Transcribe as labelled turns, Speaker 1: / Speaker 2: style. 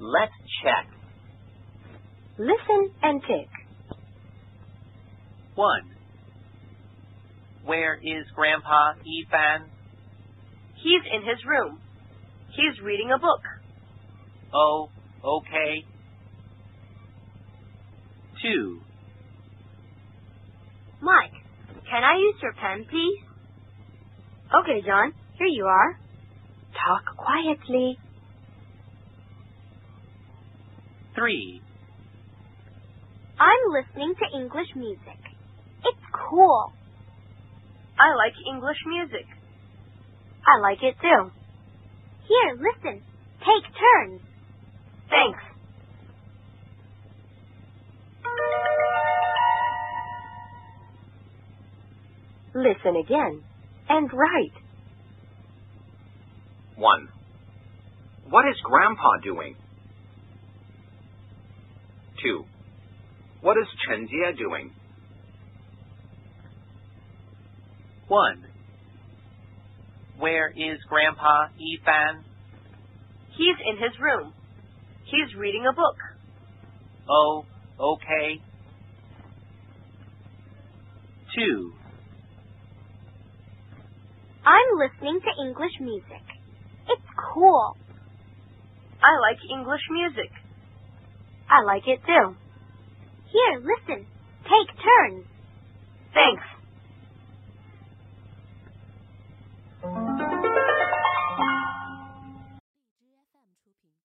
Speaker 1: Let's check.
Speaker 2: Listen and tick.
Speaker 1: One. Where is Grandpa Yifan?
Speaker 2: He's in his room. He's reading a book.
Speaker 1: Oh, okay. Two.
Speaker 2: Mike, can I use your pen, please? Okay, John. Here you are. Talk quietly.
Speaker 1: Three.
Speaker 2: I'm listening to English music. It's cool. I like English music. I like it too. Here, listen. Take turns. Thanks. Listen again and write.
Speaker 1: One. What is Grandpa doing? Two. What is Chen Jie doing? One. Where is Grandpa Yifan?
Speaker 2: He's in his room. He's reading a book.
Speaker 1: Oh, okay. Two.
Speaker 2: I'm listening to English music. It's cool. I like English music. I like it too. Here, listen. Take turns. Thanks.